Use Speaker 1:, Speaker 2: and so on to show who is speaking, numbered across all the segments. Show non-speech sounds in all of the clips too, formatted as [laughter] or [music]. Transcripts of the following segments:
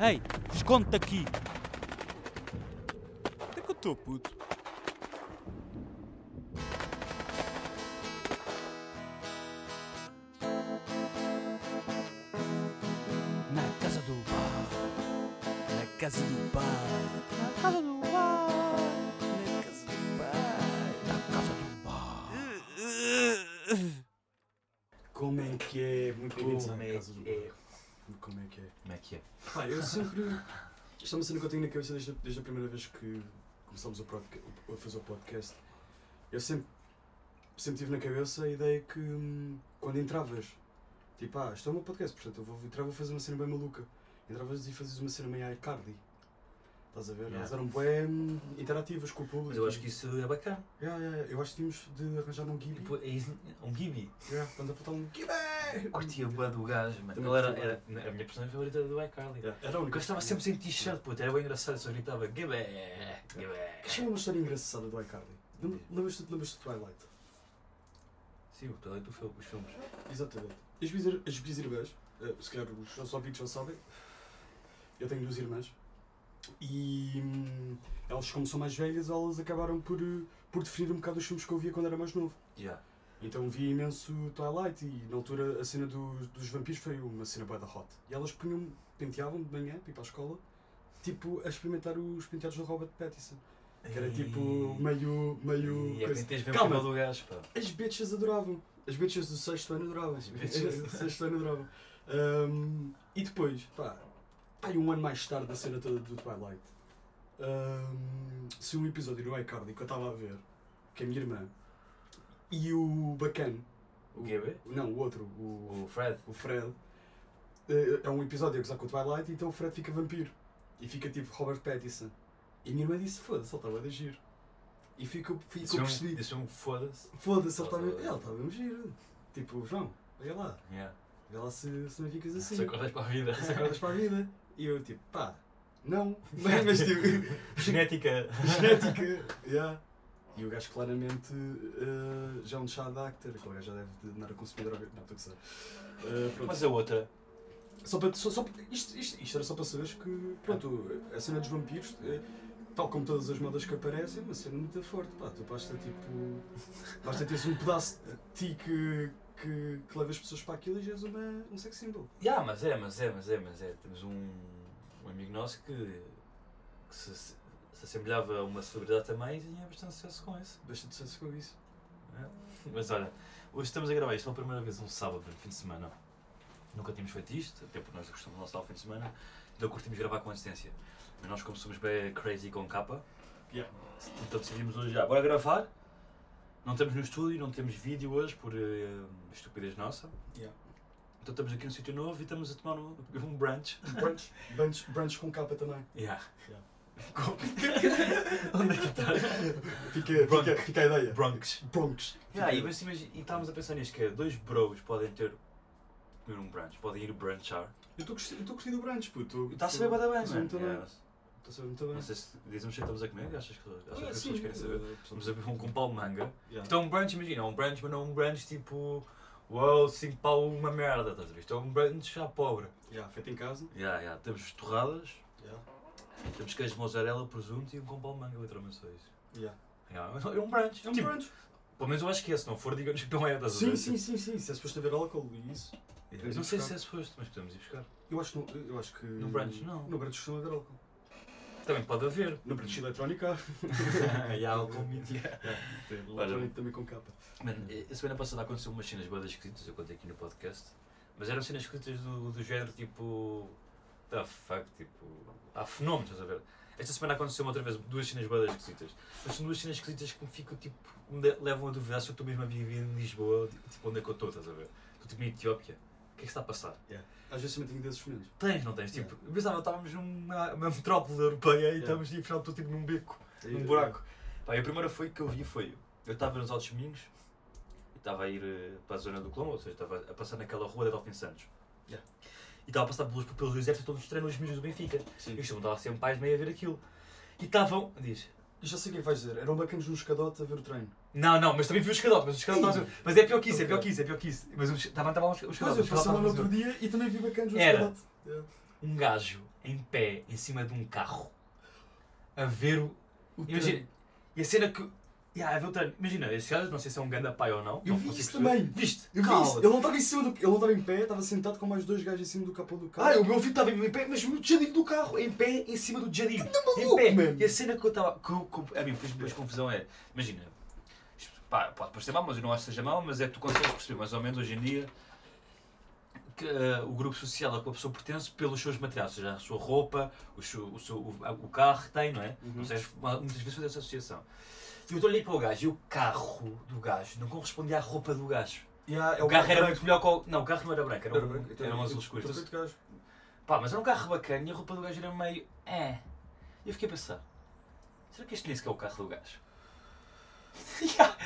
Speaker 1: Ei, esconde-te aqui.
Speaker 2: Onde é que eu estou, puto?
Speaker 1: Na casa do bar.
Speaker 2: Na casa do pai.
Speaker 1: Na casa do bar.
Speaker 2: Na casa do pai.
Speaker 1: Na casa do bar.
Speaker 3: Como é que é? Muito
Speaker 4: Bem-vindos
Speaker 3: bom.
Speaker 4: à casa do bar.
Speaker 3: Como é que é?
Speaker 4: Como é que é?
Speaker 3: Pá, eu sempre. Isto é uma cena que eu tenho na cabeça desde, desde a primeira vez que começámos a, podca- a fazer o podcast. Eu sempre, sempre tive na cabeça a ideia que hum, quando entravas, tipo, ah, isto é um podcast, portanto eu vou entrar vou fazer uma cena bem maluca. Entravas e fazias uma cena meio iCarly. Estás a ver?
Speaker 4: Yeah.
Speaker 3: Elas eram bem interativas com o público.
Speaker 4: Mas eu acho que isso é bacana.
Speaker 3: Yeah, yeah, yeah. Eu acho que tínhamos de arranjar um
Speaker 4: E
Speaker 3: gibi.
Speaker 4: depois, é isso, um gibi.
Speaker 3: Yeah, estamos a faltar um gibi!
Speaker 4: Curtia bué do gajo, mano.
Speaker 3: Também
Speaker 4: Ele era,
Speaker 3: curtia
Speaker 4: era a minha personagem favorita do iCarly.
Speaker 3: Yeah, Era a
Speaker 4: Porque
Speaker 3: única.
Speaker 4: eu estava sempre sem t-shirt, puto. Era bem engraçado. Só gritava gibé, gibé.
Speaker 3: Acho que é uma história engraçada do iCarly. Lembra- Lembras-te lembras de Twilight?
Speaker 4: Sim, o Toledo foi os filmes.
Speaker 3: Exatamente. As minhas, ir- as minhas irmãs, eh, se calhar os nossos ouvintes já sabem, eu tenho duas irmãs e hum, elas, como são mais velhas, elas acabaram por, eh, por definir um bocado os filmes que eu via quando era mais novo.
Speaker 4: Já.
Speaker 3: Então via imenso Twilight e na altura a cena do- dos vampiros foi uma cena bué da hot. E elas punham, penteavam de manhã, tipo à escola, tipo a experimentar os penteados do Robert Pattinson. Que era tipo meio. meio
Speaker 4: E é
Speaker 3: coisa.
Speaker 4: que tens mesmo o
Speaker 3: Calma.
Speaker 4: cabelo do gajo, pá.
Speaker 3: As bitches adoravam. As bitches do sexto ano adoravam. As [laughs] bitches do sexto ano adoravam. Ahm, e depois, pá, pá, e um ano mais tarde da cena toda do Twilight, ahm, se um episódio no iCarly que eu estava a ver, que é a minha irmã, e o bacana,
Speaker 4: O gibé?
Speaker 3: não, o outro, o,
Speaker 4: O Fred.
Speaker 3: o Fred, eh, é um episódio a gozar com o Twilight, então o Fred fica vampiro. E fica tipo Robert Pattinson. E a minha irmã disse, foda-se, ele estava a agir. E fico, fico
Speaker 4: Esse
Speaker 3: eu
Speaker 4: filme-
Speaker 3: percebi.
Speaker 4: Esse filme, foda-se.
Speaker 3: Foda-se, ele estava. Ele estava mesmo giro. Tipo, João, olha lá.
Speaker 4: Yeah.
Speaker 3: Olha lá se, se não ficas assim.
Speaker 4: Se acordas para a vida.
Speaker 3: Se acordas para a vida. E eu, tipo, pá, não. [laughs] Mas, mas, tipo,
Speaker 4: Genética.
Speaker 3: genética. yeah. E o gajo claramente eh, já é um chá de actor. Aquele gajo já deve de andar a consumir droga. Não, estou a gozar. Eh, pronto.
Speaker 4: Mas a outra.
Speaker 3: Só para, só, só, isto, isto, isto era só para saberes que, pronto, a cena dos vampiros, eh, tal como todas as modas que aparecem, é uma cena muito forte. Pá, tu basta tipo. Basta teres um pedaço de ti que, que, que leva as pessoas para aquilo e és uma, um sex symbol.
Speaker 4: Ya, mas é, mas é, mas é, mas é. Temos um, um amigo nosso que, que se, se assemelhava a uma celebridade também e tinha bastante sucesso com isso. [laughs]
Speaker 3: Basta de sucesso com isso.
Speaker 4: Mas olha, hoje estamos a gravar isto pela primeira vez um sábado, no fim de semana. Nunca tínhamos feito isto, até porque nós gostamos do nosso ao fim de semana, então curtimos gravar com assistência. Mas nós, como somos bem crazy com capa,
Speaker 3: Yeah.
Speaker 4: então decidimos hoje já, bora gravar. Não estamos no estúdio, não temos vídeo hoje por eh, estupidez nossa.
Speaker 3: Yeah.
Speaker 4: Então estamos aqui num sítio novo e estamos a tomar um, [laughs] um brunch.
Speaker 3: Brunch, brunch, brunch com capa também.
Speaker 4: Yeah.
Speaker 3: Yeah.
Speaker 4: [laughs] Onde é que está?
Speaker 3: Fica,
Speaker 4: Brunch.
Speaker 3: fica, fica a ideia.
Speaker 4: Bronx.
Speaker 3: Bronx.
Speaker 4: Yeah, Ah, e, mas, imagina- e estávamos a pensar nisto, que é, dois bros podem ter comer um brunch, podem ir brunchar.
Speaker 3: Eu estou curti- eu estou curtindo o brunch, puto.
Speaker 4: Está Tá a saber bada bem,
Speaker 3: Estou
Speaker 4: mano.
Speaker 3: muito bem.
Speaker 4: Yeah.
Speaker 3: Estou a saber muito bem.
Speaker 4: Não sei se dizem-me se estamos a comer, achas que, achas que
Speaker 3: Ah,
Speaker 4: as
Speaker 3: sim,
Speaker 4: pessoas querem saber?
Speaker 3: eh,
Speaker 4: Estamos a beber um com pau de manga.
Speaker 3: yeah.
Speaker 4: Então um brunch, imagina, é um brunch, mas não um brunch tipo... Uau, 5 pau, uma merda, estás a ver? Isto é um brunch à pobre.
Speaker 3: Yeah, feito em casa.
Speaker 4: Yeah, yeah. Temos torradas,
Speaker 3: Yeah.
Speaker 4: temos queijo de mozzarella, presunto e um com pau de manga, literalmente só isso.
Speaker 3: Yeah.
Speaker 4: Yeah, é um brunch.
Speaker 3: É um
Speaker 4: tipo,
Speaker 3: brunch.
Speaker 4: Pelo menos eu acho que é, se não for, digamos que não é, estás a
Speaker 3: Sim,
Speaker 4: ver?
Speaker 3: sim, sim, sim. Se é suposto haver álcool e isso.
Speaker 4: Yeah. Não sei se é suposto, mas podemos ir buscar.
Speaker 3: Eu acho, que não- eu acho que.
Speaker 4: No brunch, não.
Speaker 3: No brunch costuma haver álcool.
Speaker 4: Também pode haver.
Speaker 3: No brunch eletrónica
Speaker 4: [laughs]
Speaker 3: há.
Speaker 4: e há [laughs] algo mídia.
Speaker 3: Tem
Speaker 4: Olha-
Speaker 3: eletrónico também com capa.
Speaker 4: Mano, eh, a semana passada aconteceu umas cenas boas escritas, eu contei aqui no podcast, mas eram cenas escritas do, do género tipo. The fuck, tipo. Há fenómenos, estás a ver? Esta semana aconteceu outra vez duas cenas boas escritas. Mas são duas cenas escritas que me ficam tipo. que me de- levam a duvidar se eu estou mesmo a viver em Lisboa, tipo onde é que eu estou, estás a ver? Estou tipo na Etiópia. O que é que está a passar?
Speaker 3: Às vezes também tenho desses momentos.
Speaker 4: Tens, não tens? Tipo, eu pensava, estávamos numa numa metrópole europeia e
Speaker 3: Yeah.
Speaker 4: estávamos tipo, afinal, estou tipo num beco. num
Speaker 3: Um
Speaker 4: buraco. Pá, e a primeira foi que eu vi foi. Eu estava nos Altos Domingos e estava a ir eh, para a zona do Colombo, ou seja, estava a passar naquela rua da Delfim Santos.
Speaker 3: Yeah.
Speaker 4: E estava a passar pelos, pelos exércitos todos os treinos miúdos do Benfica.
Speaker 3: Sim.
Speaker 4: E isto estava sempre pais meio a ver aquilo. E estavam. Diz.
Speaker 3: Eu já sei o que é que vais dizer. Eram bacanos no escadote a ver o treino.
Speaker 4: Não, não, mas também vi os escadote, mas os escadote estavam a dizer, Mas é pior que isso, é pior que isso, é pior que isso. Mas os- estavam estavam os
Speaker 3: Pois,
Speaker 4: escadote.
Speaker 3: eu passei lá no outro dia e também vi bacanos no
Speaker 4: Era.
Speaker 3: escadote. Yeah.
Speaker 4: um gajo em pé em cima de um carro a ver o.
Speaker 3: O
Speaker 4: Imagina,
Speaker 3: trem.
Speaker 4: e a cena que. Yeah, a ver o treino. Imagina, este gajo não sei se é um ganda pai ou não.
Speaker 3: Eu
Speaker 4: não
Speaker 3: vi
Speaker 4: consigo
Speaker 3: isso
Speaker 4: perceber.
Speaker 3: também.
Speaker 4: Viste?
Speaker 3: Eu vi
Speaker 4: Cala.
Speaker 3: isso. Ele não estava em cima do. Ele não estava em pé, estava sentado com mais dois gajos em cima do capô do carro.
Speaker 4: Ah, o meu filho estava em pé, mas no jadigo do carro, em pé, em cima do jadigo.
Speaker 3: Tá maluco,
Speaker 4: em pé.
Speaker 3: mano.
Speaker 4: E a cena que eu estava. Que, eu- que, eu- a mim fez depois confusão é. Imagina, isto, pá, pode parecer mal, mas eu não acho que seja mal, mas é que tu consegues perceber mais ou menos hoje em dia que ah, o grupo social a que a pessoa pertence pelos seus materiais, ou seja, a sua roupa, o, seu, o, seu- o- a- o carro que tem, não é?
Speaker 3: Uhum.
Speaker 4: Ou seja, muitas vezes fazer essa associação. E eu olhei para o gajo e o carro do gajo não correspondia à roupa do gajo.
Speaker 3: Yeah, é
Speaker 4: O carro era
Speaker 3: branco.
Speaker 4: muito melhor que o. Não, o carro não era branco, era,
Speaker 3: Era
Speaker 4: um,
Speaker 3: branco, então
Speaker 4: era um
Speaker 3: eu-
Speaker 4: azul
Speaker 3: eu-
Speaker 4: escuro.
Speaker 3: eu-
Speaker 4: Então,
Speaker 3: eu- eu- gajo.
Speaker 4: Pá, mas era um carro bacana e a roupa do gajo era meio. É. E eu fiquei a pensar: será que este nem sequer é o carro do gajo? [laughs] Ya.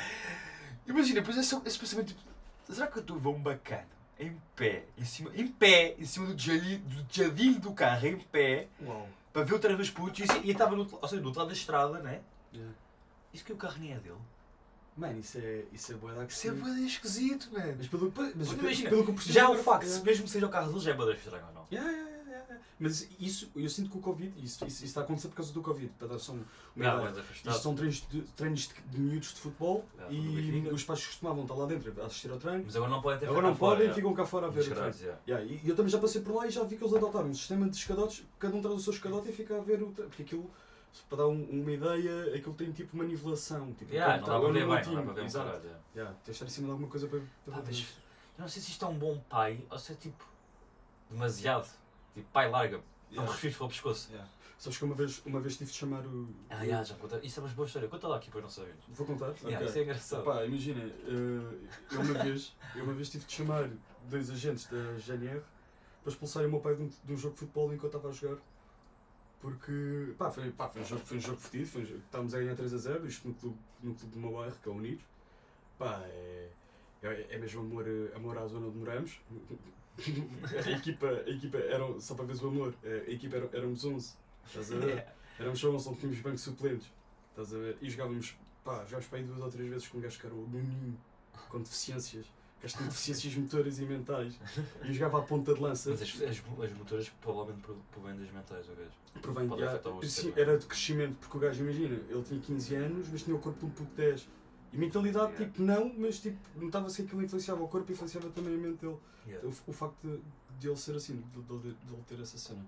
Speaker 4: Imagina, pois esse, esse pensamento tipo: será que eu estou a ver um bacana em pé, em cima, em pé, em cima do jali- do jadilho do carro, em pé,
Speaker 3: Uau.
Speaker 4: para ver outra vez putos e isso- e estava no, outro- ou seja, do outro lado da estrada, né?
Speaker 3: Yeah.
Speaker 4: Isso que o carro nem é dele.
Speaker 3: Mano, isso é. Isso é boa da
Speaker 4: Isso é bué esquisito, mano.
Speaker 3: Mas pelo, né? mas
Speaker 4: Mas
Speaker 3: pelo,
Speaker 4: imagina,
Speaker 3: pelo que eu percebi. é
Speaker 4: Já o
Speaker 3: agora-
Speaker 4: facto,
Speaker 3: Yeah.
Speaker 4: se mesmo que seja o carro dele, já é bué estranho ou não?
Speaker 3: Yeah, yeah, yeah, yeah, yeah. Mas isso, eu sinto que o Covid, isso, isso, isso está a acontecer por causa do Covid, para dar só uma uma
Speaker 4: Não,
Speaker 3: ideia.
Speaker 4: mas afastado.
Speaker 3: Isto são treinos de, treinos de, de miúdos de futebol
Speaker 4: Ah, do
Speaker 3: e
Speaker 4: Benfica.
Speaker 3: os pais costumavam estar lá dentro a assistir ao treino.
Speaker 4: Mas agora não podem ter
Speaker 3: Agora não podem, ficam cá fora a ver o treino.
Speaker 4: Desgraçado, yeah.
Speaker 3: Yeah, e eu também já passei por lá e já vi que eles adotaram um sistema de escadotes, cada um traz o seu escadote e fica a ver o treino. Porque aquilo, se- para dar um- uma ideia, aquilo tem tipo uma nivelação. Tipo,
Speaker 4: Yeah, então não
Speaker 3: quem está no
Speaker 4: dá para ver bem, não dá
Speaker 3: time.
Speaker 4: para ver um
Speaker 3: Exato.
Speaker 4: caralho, Tá, yeah.
Speaker 3: Yeah, tens de estar em cima de alguma coisa para, para
Speaker 4: Pá,
Speaker 3: ver.
Speaker 4: mas eu não sei se isto é um bom pai ou se é tipo demasiado. Tipo, pai, larga-me. Não me
Speaker 3: Yeah.
Speaker 4: refiro para o pescoço.
Speaker 3: Yeah. Sabes que uma vez, uma vez tive de chamar o.
Speaker 4: Ah, yeah, já conta. Isso é uma boa história. Conta lá aqui para nós sabermos.
Speaker 3: Vou contar?
Speaker 4: Yeah,
Speaker 3: Ok.
Speaker 4: Isso é engraçado.
Speaker 3: Pá, imagina, eh, eu, uma vez, eu uma vez tive de chamar dois agentes da GNR para expulsarem o meu pai de um, de um jogo de futebol enquanto estava a jogar. Porque, pá, foi, pá, foi um jogo, foi um jogo fodido, foi um jogo- estávamos a ganhar 3 a 0, isto no clube, no clube do meu bairro, que é o Unidos. Pá, é, é, é mesmo amor, eh, amor à zona onde moramos. [laughs] A equipa, a equipa eram, só para veres o amor, eh, a equipa era, éramos 11, estás a ver?
Speaker 4: [laughs] Yeah.
Speaker 3: Éramos um só 11, não tínhamos bancos suplentes. Estás a ver? E jogávamos, pá, jogámos para aí duas ou três vezes com um gajo que era o Nuninho, com deficiências. Gajo com deficiências motoras e mentais. E eu jogava à ponta de lança.
Speaker 4: Mas as, as, as motoras provavelmente pro- provêm das mentais, o gajo.
Speaker 3: Provém,
Speaker 4: pode
Speaker 3: já,
Speaker 4: afetar o
Speaker 3: sim,
Speaker 4: sistema.
Speaker 3: era de crescimento, porque o gajo, imagina, ele tinha 15 anos, mas tinha o corpo de um puto de 10. E mentalidade,
Speaker 4: Yeah.
Speaker 3: tipo, não, mas tipo, notava-se que aquilo influenciava o corpo e influenciava também a mente dele.
Speaker 4: Yeah.
Speaker 3: O, o facto de, de ele ser assim, de, de, ele- de ele ter essa cena.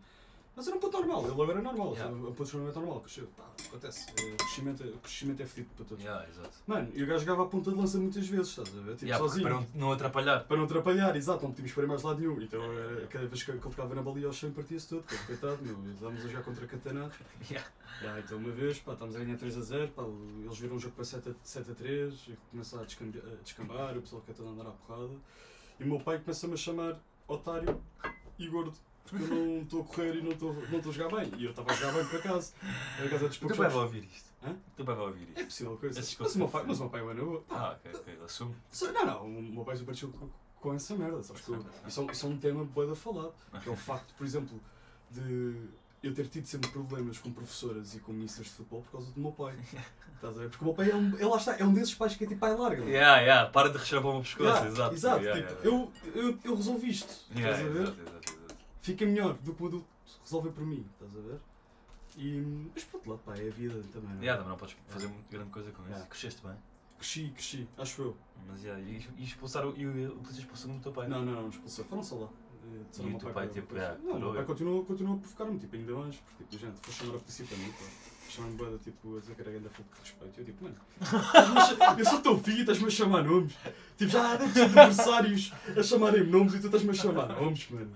Speaker 3: Mas era um ponto normal, ele agora é normal,
Speaker 4: Yeah.
Speaker 3: sabe? um ponto extremamente normal, cresceu, pá, acontece. É, O crescimento, é- o crescimento é fedido para todos.
Speaker 4: Yeah, exato.
Speaker 3: Mano, e o gajo jogava a ponta de lança muitas vezes, estás a ver? Tipo,
Speaker 4: Yeah, porque
Speaker 3: sozinho.
Speaker 4: para um
Speaker 3: Para,
Speaker 4: não, não atrapalhar.
Speaker 3: não atrapalhar, exato, não podíamos para mais lado nenhum. Então, era, cada vez que ele ficava na balia ao chão, partia-se todo, pô, coitado, meu. Estávamos a jogar contra catanados.
Speaker 4: [laughs] Yeah.
Speaker 3: Ah, então, uma vez, pá, estávamos a ganhar 3 a 0, pá, eles viram o jogo para 7 a, 7 a 3, e começa a descambi- a descambar, o pessoal quer todo andar à porrada. E o meu pai começa-me a chamar otário e gordo. Porque eu não estou a correr e não estou não estou a jogar bem. E eu estava a jogar bem por acaso. Era a casa de
Speaker 4: O teu pai Então, vai
Speaker 3: poucos-
Speaker 4: ouvir isto.
Speaker 3: Hã?
Speaker 4: O teu pai vai ouvir
Speaker 3: É
Speaker 4: isto.
Speaker 3: possível coisa.
Speaker 4: Esses
Speaker 3: Mas o meu pai, mas o meu pai é na boa.
Speaker 4: Ah, ok, ok. Assumo.
Speaker 3: Só- Não, não, o meu pai super chill com- com essa merda, sabes que eu, isso, é um- isso é um tema bué da falado, que é o facto, por exemplo, de eu ter tido sempre problemas com professoras e com ministras de futebol por causa do meu pai, estás a ver? Porque o meu pai é um, ele lá está, é um desses pais que é tipo pai larga. meu.
Speaker 4: Yeah, yeah. Para de rechear para o meu pescoço.
Speaker 3: Yeah,
Speaker 4: exato. Yeah,
Speaker 3: tipo,
Speaker 4: yeah.
Speaker 3: Eu, eu, eu resolvi isto,
Speaker 4: Yeah,
Speaker 3: estás a ver?
Speaker 4: exato, exato, exato.
Speaker 3: Fica melhor do que o adulto resolver por mim, estás a ver? E, mas pronto, lá pá, é a vida também. não é?
Speaker 4: Yeah, também não podes fazer muito grande coisa com isso.
Speaker 3: Yeah.
Speaker 4: Cresceste bem.
Speaker 3: Cresci, cresci, acho eu.
Speaker 4: Mas yeah, e, e expulsaram e o o polícia expulsou-me do teu pai.
Speaker 3: Não, não, não, expulsou. Foram só lá. Eh, disseram
Speaker 4: E o
Speaker 3: ao
Speaker 4: teu
Speaker 3: meu
Speaker 4: pai,
Speaker 3: para-
Speaker 4: tipo,
Speaker 3: para- Não,
Speaker 4: é,
Speaker 3: o meu
Speaker 4: parou.
Speaker 3: pai continua, continua a provocar-me, tipo, ainda mais. Porque, tipo, gente, vou chamar a polícia para mim, pá. Chamaram-me bué, tipo, a dizer que era grande fogo de respeito. E Eu, tipo, mano, estás-me a cha- eu sou teu filho e estás-me a chamar nomes. Tipo, já há tantos adversários a chamarem-me nomes e tu estás-me a chamar nomes, mano.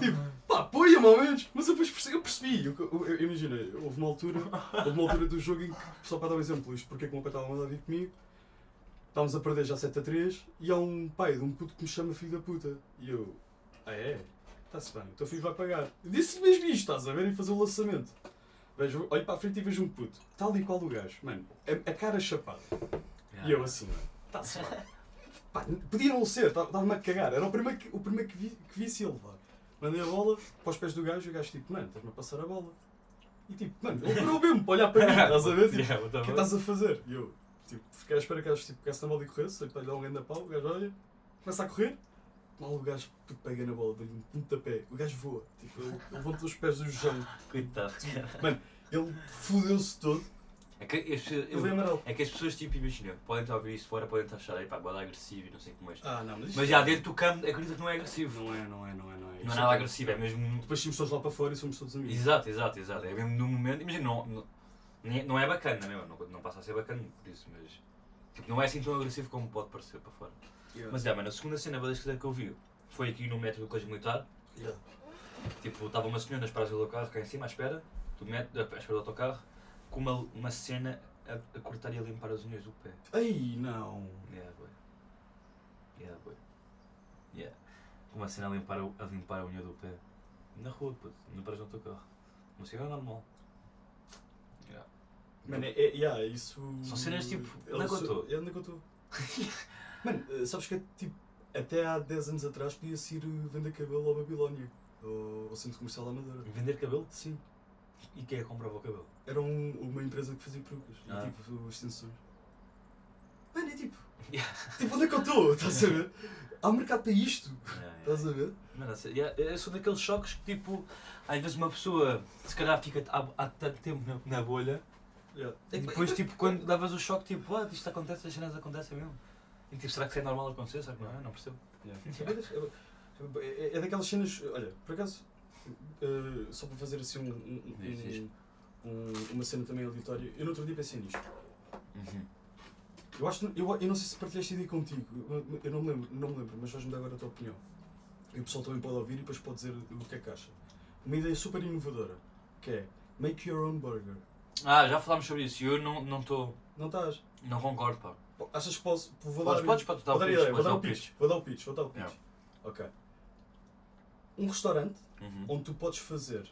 Speaker 3: Tipo, pá, apoia-me ao menos. Mas eu depois percebi, eu percebi. Eu, eu, eu, imagina, houve uma altura, houve uma altura do jogo em que, só para dar um exemplo, isto porque é que o meu pai estava a mandar vir comigo, estávamos a perder já 7 a 3 e há um pai de um puto que me chama filho da puta. E eu, ah é? Está-se bem, o teu filho vai pagar. Disse-lhe mesmo isto, estás a ver? E fazer o lançamento. Vejo, olho para a frente e vejo um puto, tal e qual o gajo, mano, a, a cara chapada.
Speaker 4: Yeah.
Speaker 3: E eu assim, mano,
Speaker 4: Tá
Speaker 3: está-se bem. Pá, podia não ser, tá- estava-me a cagar. Era o primeiro que, o primeiro que, vi, que vi se ele levar. Mandei a bola para os pés do gajo e o gajo tipo, mano, estás-me a passar a bola. E tipo, mano, ele parou mesmo para olhar para
Speaker 4: [laughs]
Speaker 3: mim, estás a ver? Tipo,
Speaker 4: Yeah, eu
Speaker 3: o que
Speaker 4: tava-
Speaker 3: estás a fazer? E eu, tipo, fiquei à espera que eles tipo, pegasse na bola e corresse, olho para lhe dar um grande pau, o gajo olha, começa a correr, mal o gajo puto, pega na bola, deu-lhe um pontapé, o gajo voa, tipo, ele ele levantou os pés do chão, [laughs]
Speaker 4: Coitado, cara.
Speaker 3: ele fudeu-se todo,
Speaker 4: É que, as pessoas-
Speaker 3: ele é amarelo.
Speaker 4: é que as pessoas, tipo, imagina, podem estar a ouvir isso fora, podem estar a achar, epá, bode agressivo e não sei como é.
Speaker 3: Ah, não, mas isto
Speaker 4: Mas já dentro do campo, acredito que não é agressivo.
Speaker 3: Não é, não é, não é, não é.
Speaker 4: Não é nada agressivo, é mesmo.
Speaker 3: Depois saímos todos lá para fora e somos todos amigos.
Speaker 4: Exato, exato, exato. É mesmo no momento. Imagina, não, não, nem- não é bacana mesmo, não, não passa a ser bacana por isso, mas. Tipo, não é assim tão agressivo como pode parecer para fora.
Speaker 3: Yeah.
Speaker 4: Mas é, mano, a segunda cena balística que eu vi foi aqui no metro do Colégio Militar.
Speaker 3: Yeah.
Speaker 4: Tipo, estava uma senhora nas paradas do autocarro, cá em cima, à espera, do metro, eh, à espera do autocarro, com uma, uma cena a, a cortar e a limpar as unhas do pé.
Speaker 3: Ai, não.
Speaker 4: Yeah, boy. Yeah, boy. Yeah. Com uma cena a limpar, o- a limpar a unha do pé. Na rua, puto, não paras no teu carro. Uma cena normal. Yeah.
Speaker 3: Mano, é, é, yeah, isso.
Speaker 4: São cenas, tipo,
Speaker 3: Ele
Speaker 4: não
Speaker 3: só-
Speaker 4: contou.
Speaker 3: Ele não contou. [laughs] Mano, eh, sabes que é tipo. Até há 10 anos atrás podia-se ir eh, vender cabelo ao Babilónia, ao, ao Centro Comercial Amadora.
Speaker 4: Vender cabelo?
Speaker 3: Sim,
Speaker 4: E quem é que comprava o cabelo?
Speaker 3: era um- uma empresa que fazia perucas
Speaker 4: Ah.
Speaker 3: e tipo
Speaker 4: [laughs]
Speaker 3: extensões. Mano, é tipo.
Speaker 4: Yeah.
Speaker 3: Tipo, onde é que eu estou? Estás a
Speaker 4: [laughs]
Speaker 3: ver? Há um mercado para isto,
Speaker 4: Yeah, yeah.
Speaker 3: estás a ver?
Speaker 4: Mano, a sério, yeah, eu sou daqueles choques que, tipo, às vezes uma pessoa, se calhar, fica há, há tanto tempo na, na bolha,
Speaker 3: Yeah.
Speaker 4: e depois, tipo, quando davas o choque, tipo, ah, isto acontece, as cenas acontecem mesmo. E, tipo, será que isso é normal acontecer? Será que não é? Não percebo.
Speaker 3: É- É, é daquelas cenas. Olha, por acaso, eh, só para fazer assim um, um- um-
Speaker 4: Diz, diz.
Speaker 3: um- uma cena também auditória, eu no outro dia pensei nisto.
Speaker 4: Uhum.
Speaker 3: Eu, acho, eu, eu não sei se partilhei esta ideia contigo, eu, eu não, me lembro, não me lembro, mas vais-me dar agora a tua opinião. E o pessoal também pode ouvir e depois pode dizer o que é que acha. Uma ideia super inovadora, que é make your own burger.
Speaker 4: Ah, já falámos sobre isso, e eu não não estou.
Speaker 3: Não estás?
Speaker 4: Não concordo, pá.
Speaker 3: Po- Achas que posso? Vou
Speaker 4: Podes,
Speaker 3: dar,
Speaker 4: podes, podes dar
Speaker 3: vou
Speaker 4: o
Speaker 3: dar
Speaker 4: pitch,
Speaker 3: ideia, vou
Speaker 4: podes
Speaker 3: dar
Speaker 4: dar
Speaker 3: o um pitch, É. vou dar o pitch, vou dar o pitch.
Speaker 4: Yeah.
Speaker 3: Ok. Um restaurante
Speaker 4: Uhum.
Speaker 3: onde tu podes fazer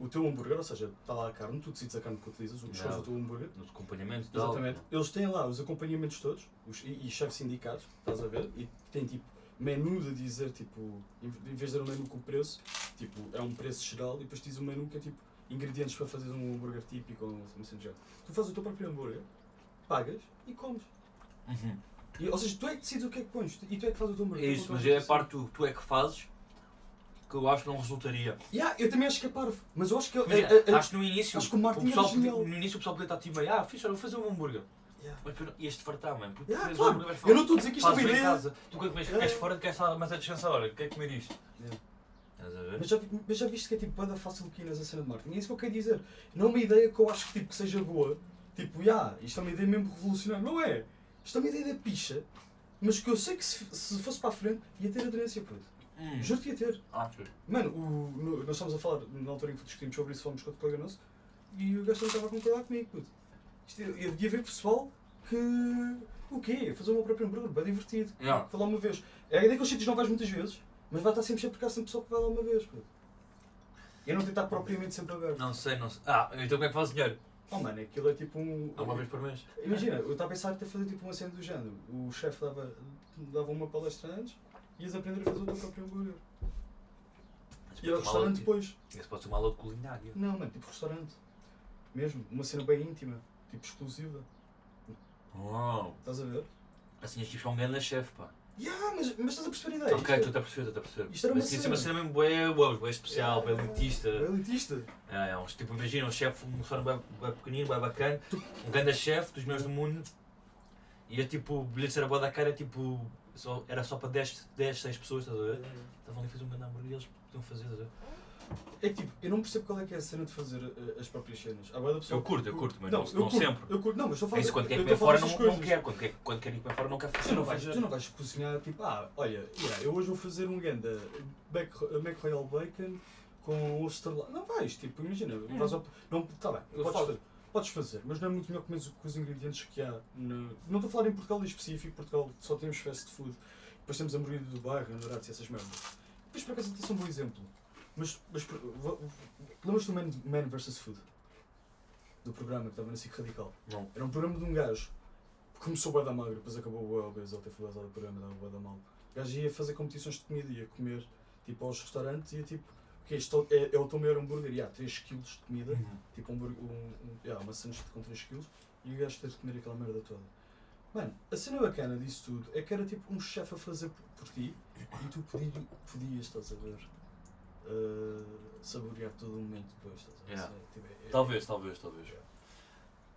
Speaker 3: o teu hambúrguer, ou seja, está lá a carne, tu decides a carne que utilizas, o- escolhes
Speaker 4: Yeah.
Speaker 3: o teu hambúrguer.
Speaker 4: No acompanhamento tal.
Speaker 3: Exatamente. Eles têm lá os acompanhamentos todos, os, e, e chefes indicados, estás a ver? E tem tipo menu de dizer, tipo, em em vez de dar um menu com o preço, tipo, é um preço geral, e depois diz um menu que é tipo ingredientes para fazer um hambúrguer típico ou uma cena do género. Tu fazes o teu próprio hambúrguer, pagas e comes.
Speaker 4: Uhum.
Speaker 3: E, ou seja, tu é que decides o que é que pões e tu é que fazes o teu
Speaker 4: É
Speaker 3: hambúrguer. tu
Speaker 4: isso,
Speaker 3: não
Speaker 4: mas
Speaker 3: fazes
Speaker 4: é a
Speaker 3: assim.
Speaker 4: parte que tu é que fazes que eu acho que não resultaria.
Speaker 3: Yeah, eu também acho que é parvo, mas eu acho que.
Speaker 4: Imagina,
Speaker 3: é- é- é-
Speaker 4: acho que no início.
Speaker 3: acho que o Martin
Speaker 4: pessoal
Speaker 3: era
Speaker 4: podia-
Speaker 3: genial.
Speaker 4: No início o pessoal podia estar tipo, ah, fixe, olha, vou fazer um hambúrguer.
Speaker 3: Yeah.
Speaker 4: Mas depois ias te fartar, mano. Porque
Speaker 3: Yeah,
Speaker 4: fazes
Speaker 3: claro.
Speaker 4: um hambúrguer, vais
Speaker 3: Eu
Speaker 4: falar,
Speaker 3: não estou a dizer que isto é uma
Speaker 4: fazes em
Speaker 3: ideia.
Speaker 4: casa. Tu queres comer,
Speaker 3: Yeah.
Speaker 4: queres fora, queres estar mais a descansar, olha, quer comer isto.
Speaker 3: Yeah.
Speaker 4: Estás a ver?
Speaker 3: Mas já, vi- mas já viste que é tipo banda fácil que a cena de marketing? É isso que eu quero dizer. Não é uma ideia que eu acho que, tipo, que seja boa. Tipo, yeah, isto é uma ideia mesmo revolucionária. Não é. Isto é uma ideia da picha, mas que eu sei que se, se fosse para a frente ia ter aderência, puto.
Speaker 4: Hum.
Speaker 3: Juro que ia ter.
Speaker 4: Ah, ok.
Speaker 3: Mano, o- no- nós estávamos a falar, na altura em que discutimos sobre isso, fomos com outro colega nosso, e o gajo não estava a concordar comigo, puto. Isto, é, eu devia ver pessoal que... O quê? Fazer o meu próprio hambúrguer, bem divertido.
Speaker 4: Yeah.
Speaker 3: Foi lá uma vez. É a ideia que os sítios não vais muitas vezes, mas vai estar sempre sempre cá, sempre pessoal que vai lá uma vez, puto. Eu não tenho estar propriamente sempre aberto.
Speaker 4: Não sei, não sei. Ah, então como é que fazes dinheiro?
Speaker 3: Oh mano, aquilo é tipo um...
Speaker 4: Há uma vez por mês.
Speaker 3: Imagina, eu estava a pensar até fazer tipo uma cena do género. O chefe dava, dava uma palestra antes, ias aprender a fazer o teu próprio hambúrguer.
Speaker 4: Isso
Speaker 3: E ao
Speaker 4: pode ser uma aula
Speaker 3: restaurante
Speaker 4: de-
Speaker 3: depois.
Speaker 4: Isso pode ser uma aula de culinária.
Speaker 3: Não, mano, tipo restaurante. Mesmo, uma cena bem íntima, tipo exclusiva.
Speaker 4: Uau.
Speaker 3: Estás a ver?
Speaker 4: Assim, este tipo é um grande chefe, pá.
Speaker 3: Yeah, Ah, mas, mas estás a perceber a ideia?
Speaker 4: Ok,
Speaker 3: É Isto
Speaker 4: estou a perceber, estou a perceber.
Speaker 3: Isto era uma
Speaker 4: Mas isso é
Speaker 3: cena.
Speaker 4: uma cena mesmo bué, bué, bué especial, bué elitista.
Speaker 3: é elitista.
Speaker 4: É, é uns- tipo, imagina, um chefe, um restaurante bué, bué pequenino, bué bacana, um grande chefe dos meus do mundo. E é tipo, o bilhete era bué da cara, tipo, só, era só para 10, 10, 6 pessoas, estás a ver?
Speaker 3: Uhum.
Speaker 4: Estavam ali a fazer um grande hambúrguer e eles podiam fazer, estás a ver?
Speaker 3: É que tipo, eu não percebo qual é que é a cena de fazer eh, as próprias cenas. Há bué da pessoa
Speaker 4: Eu curto, eu
Speaker 3: que-
Speaker 4: curto, mas
Speaker 3: eu
Speaker 4: não- não
Speaker 3: curto,
Speaker 4: sempre.
Speaker 3: Eu curto, não, mas estou a
Speaker 4: É
Speaker 3: falar.
Speaker 4: isso, quando quer
Speaker 3: eu
Speaker 4: comer
Speaker 3: estou a
Speaker 4: fora,
Speaker 3: falar
Speaker 4: não,
Speaker 3: destas
Speaker 4: não
Speaker 3: coisas.
Speaker 4: quer. Quando quer, quando quer ir comer fora, não quer fazer.
Speaker 3: Tu não, vais,
Speaker 4: fazer.
Speaker 3: tu não vais cozinhar tipo, ah, olha, yeah, eu hoje vou fazer um ganda Mac, eh, Mac Royal Bacon com ovo estrelado. Não vais, tipo, imagina, vais ao, não, tá bem,
Speaker 4: Hum. Eu
Speaker 3: podes
Speaker 4: falo.
Speaker 3: fazer, podes fazer, mas não é muito melhor comer com os ingredientes que há. no- não estou a falar em Portugal em específico, Portugal só temos fast food, depois temos hambúrguer do bairro, Honorados e essas merdas. Depois, por acaso, até é um bom exemplo. Mas, mas por- vo- lembras-te do Man, Man vs. Food? Do programa que estava na SIC Radical?
Speaker 4: Não.
Speaker 3: Era um programa de um gajo. Começou bué da magra, depois acabou bué obeso, até foi basado o programa, dava bué da mal. O gajo ia fazer competições de comida, ia comer, tipo, aos restaurantes, ia tipo, o que é isto? É, é o teu maior hambúrguer, e há 3 kg de comida,
Speaker 4: Uhum.
Speaker 3: um, tipo, hambúrguer, um, um, yeah, uma sanduíche com 3 kg, e o gajo teve de comer aquela merda toda. Mano, a cena bacana disso tudo é que era tipo um chefe a fazer por, por ti e tu podi- podias, estás a ver? ah, saborear todo o momento depois, estás a ver?
Speaker 4: Yeah.
Speaker 3: Tipo, é- é-
Speaker 4: Talvez, talvez, talvez.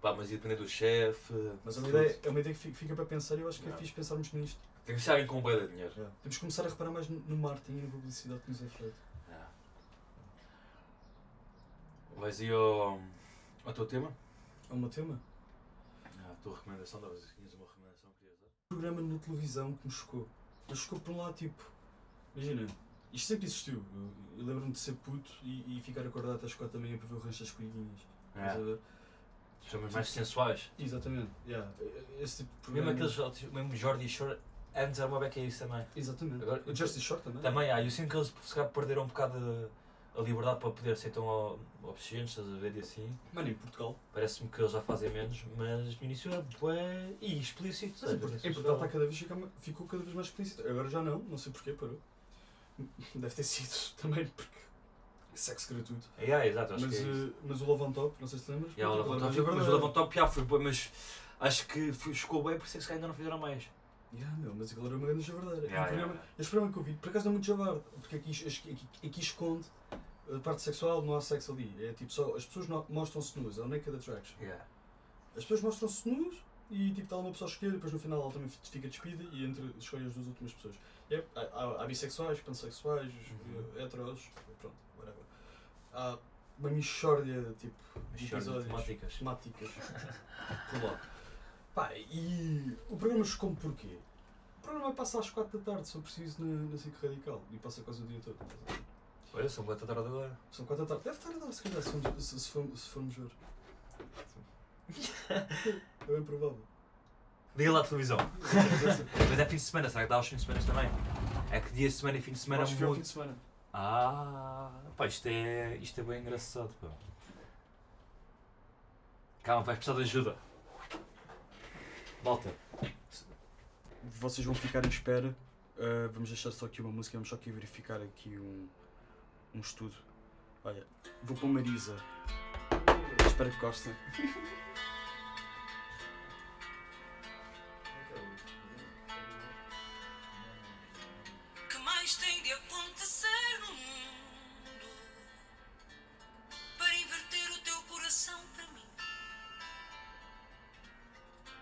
Speaker 4: Pá, mas ia depender do chefe.
Speaker 3: Mas é
Speaker 4: de
Speaker 3: uma,
Speaker 4: tudo.
Speaker 3: ideia, é uma ideia que fi- fica para pensar e eu acho que é
Speaker 4: Yeah.
Speaker 3: fixe pensarmos nisto.
Speaker 4: Tem que ser alguém com um bué de dinheiro.
Speaker 3: Temos que começar a reparar mais no, no marketing e na publicidade que nos é feito.
Speaker 4: Yeah. Vais aí ao, ao teu tema?
Speaker 3: É um tema?
Speaker 4: Ah, A tua recomendação, talvez tinhas uma recomendação que querias dar.
Speaker 3: programa na televisão que me chocou. Mas chocou por um lado, tipo, imagina, isto sempre existiu. Eu, eu lembro-me de ser puto e, e ficar acordado até às quatro da manhã para ver o rancho das coelhinhas. Estás a ver?
Speaker 4: Chamamos É. mais sensuais.
Speaker 3: Exatamente, yeah. esse tipo de
Speaker 4: Mesmo
Speaker 3: programa.
Speaker 4: aqueles, Uhum. outros- mesmo Jordi Shore, antes era uma beca isso também.
Speaker 3: Exatamente.
Speaker 4: Agora-
Speaker 3: o Justice Short também.
Speaker 4: Também há, eu sinto que eles se calhar perderam um bocado a- a liberdade para poder ser tão o- obscenos, estás a ver, e assim.
Speaker 3: Mano, em Portugal.
Speaker 4: Parece-me que eles já fazem menos, mas no início é bué e explícito.
Speaker 3: Mas em,
Speaker 4: sabes?
Speaker 3: Port- em Portugal está cada vez fica ma- ficou cada vez mais explícito. Agora já não, não sei porquê, parou. [laughs] Deve ter sido [laughs] também porque sexo gratuito.
Speaker 4: Yeah, exato, acho
Speaker 3: Mas,
Speaker 4: que é isso.
Speaker 3: eh, mas o Love on Top, não sei se te lembras.
Speaker 4: Yeah, o
Speaker 3: puto,
Speaker 4: Levantop
Speaker 3: aquilo
Speaker 4: foi-
Speaker 3: era
Speaker 4: mas o
Speaker 3: verdadeiro.
Speaker 4: Levantop já foi, bué, mas acho que foi- chegou bem por isso é que se calhar ainda não fizeram mais.
Speaker 3: Yeah, meu, mas é aquilo era uma grande javardeira.
Speaker 4: Yeah,
Speaker 3: E o programa-
Speaker 4: yeah,
Speaker 3: Este programa que eu vi, por acaso não é muito javarde, porque aqui, aqui, aqui- aqui esconde a parte sexual, não há sexo ali. É tipo só, as pessoas no- mostram-se nuas, é o Naked Attraction.
Speaker 4: Yeah.
Speaker 3: As pessoas mostram-se nuas e tipo está lá uma pessoa a escolher, depois no final ela também fi- fica despida e entre, escolhe as duas últimas pessoas. E é- há, há- há bissexuais, pansexuais,
Speaker 4: Uhum.
Speaker 3: eh, heteros, pronto, whatever. Há uma mixórdia tipo
Speaker 4: Mas
Speaker 3: de
Speaker 4: sure,
Speaker 3: episódios
Speaker 4: temáticas.
Speaker 3: temáticas
Speaker 4: [laughs]
Speaker 3: por lá. Pá, e o programa chocou-me porquê? O programa passa às 4 da tarde, se eu preciso, na, na SIC Radical. E passa quase o dia todo.
Speaker 4: Olha, são boa tarde agora.
Speaker 3: São 4 da tarde. Deve estar a dar, se calhar, se formos, se, se formos, se formos
Speaker 4: [laughs]
Speaker 3: ver. É bem provável.
Speaker 4: Liga lá a televisão. Mas é fim de semana, será que dá aos fins de semana também? É que dia de semana e fim de semana
Speaker 3: Acho que foi ao fim
Speaker 4: muito.
Speaker 3: de semana.
Speaker 4: Ah, pá, isto é, isto é bem engraçado, pá. Calma, vais precisar de ajuda. Malta.
Speaker 3: Vocês vão ficar em espera. Uh, vamos deixar só aqui uma música, vamos só aqui verificar aqui um, um estudo. Olha, vou para Marisa. Espero que gostem.
Speaker 5: que mais tem de acontecer no mundo para inverter o teu coração para mim?